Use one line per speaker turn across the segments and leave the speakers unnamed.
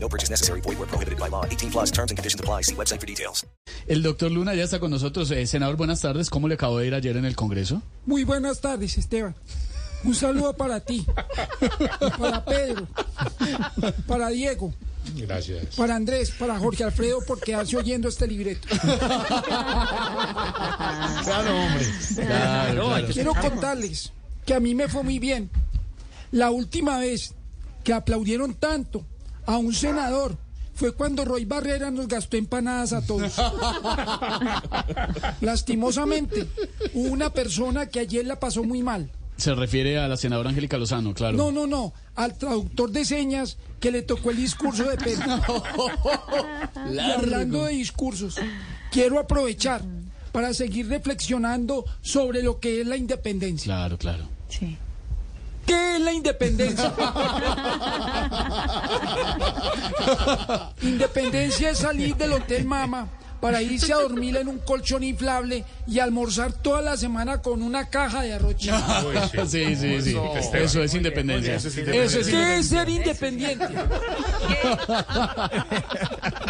No purchase necessary. Void where prohibited by law. 18 plus terms and conditions apply. See website for details.
El doctor Luna ya está con nosotros. Eh, senador, buenas tardes. ¿Cómo le acabo de ir ayer en el Congreso?
Muy buenas tardes, Esteban. Un saludo para ti, y para Pedro, para Diego,
Gracias.
para Andrés, para Jorge Alfredo por quedarse oyendo este libreto.
Claro, hombre. Claro,
Quiero contarles que a mí me fue muy bien. La última vez que aplaudieron tanto a un senador fue cuando Roy Barrera nos gastó empanadas a todos. Lastimosamente, hubo una persona que ayer la pasó muy mal.
Se refiere a la senadora Angélica Lozano, claro.
No, no, no, al traductor de señas que le tocó el discurso de Pedro. Y hablando de discursos, quiero aprovechar para seguir reflexionando sobre lo que es la independencia.
Claro, claro.
¿Qué es la independencia? independencia es salir del hotel mama para irse a dormir en un colchón inflable y almorzar toda la semana con una caja de arroz chino.
Sí, sí, sí. Eso es independencia. Eso es independencia.
¿Qué es ser independiente?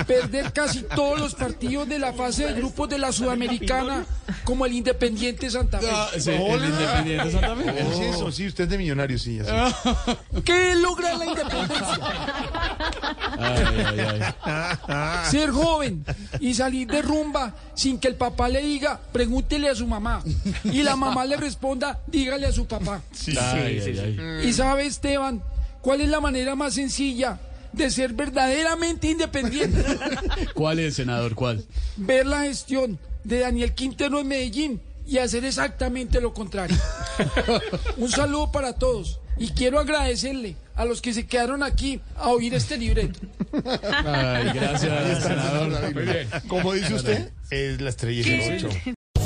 Perder casi todos los partidos de la fase de grupos de la Sudamericana como el Independiente Santa Fe.
Ah, Sí, el independiente Santa Fe.
Sí, eso, sí, usted es de millonario, sí. ya sé.
¿Qué logra la independencia?
Ay, ay, ay.
Ser joven y salir de rumba sin que el papá le diga, pregúntele a su mamá. Y la mamá le responda, dígale a su papá.
Ay, ay, ay.
¿Y sabe Esteban cuál es la manera más sencilla de ser verdaderamente independiente?
¿Cuál es, senador? ¿Cuál?
ver la gestión de Daniel Quintero en Medellín y hacer exactamente lo contrario. Un saludo para todos y quiero agradecerle a los que se quedaron aquí a oír este libreto.
Ay, gracias, senador.
Muy bien. Como dice usted, es la estrella del 8.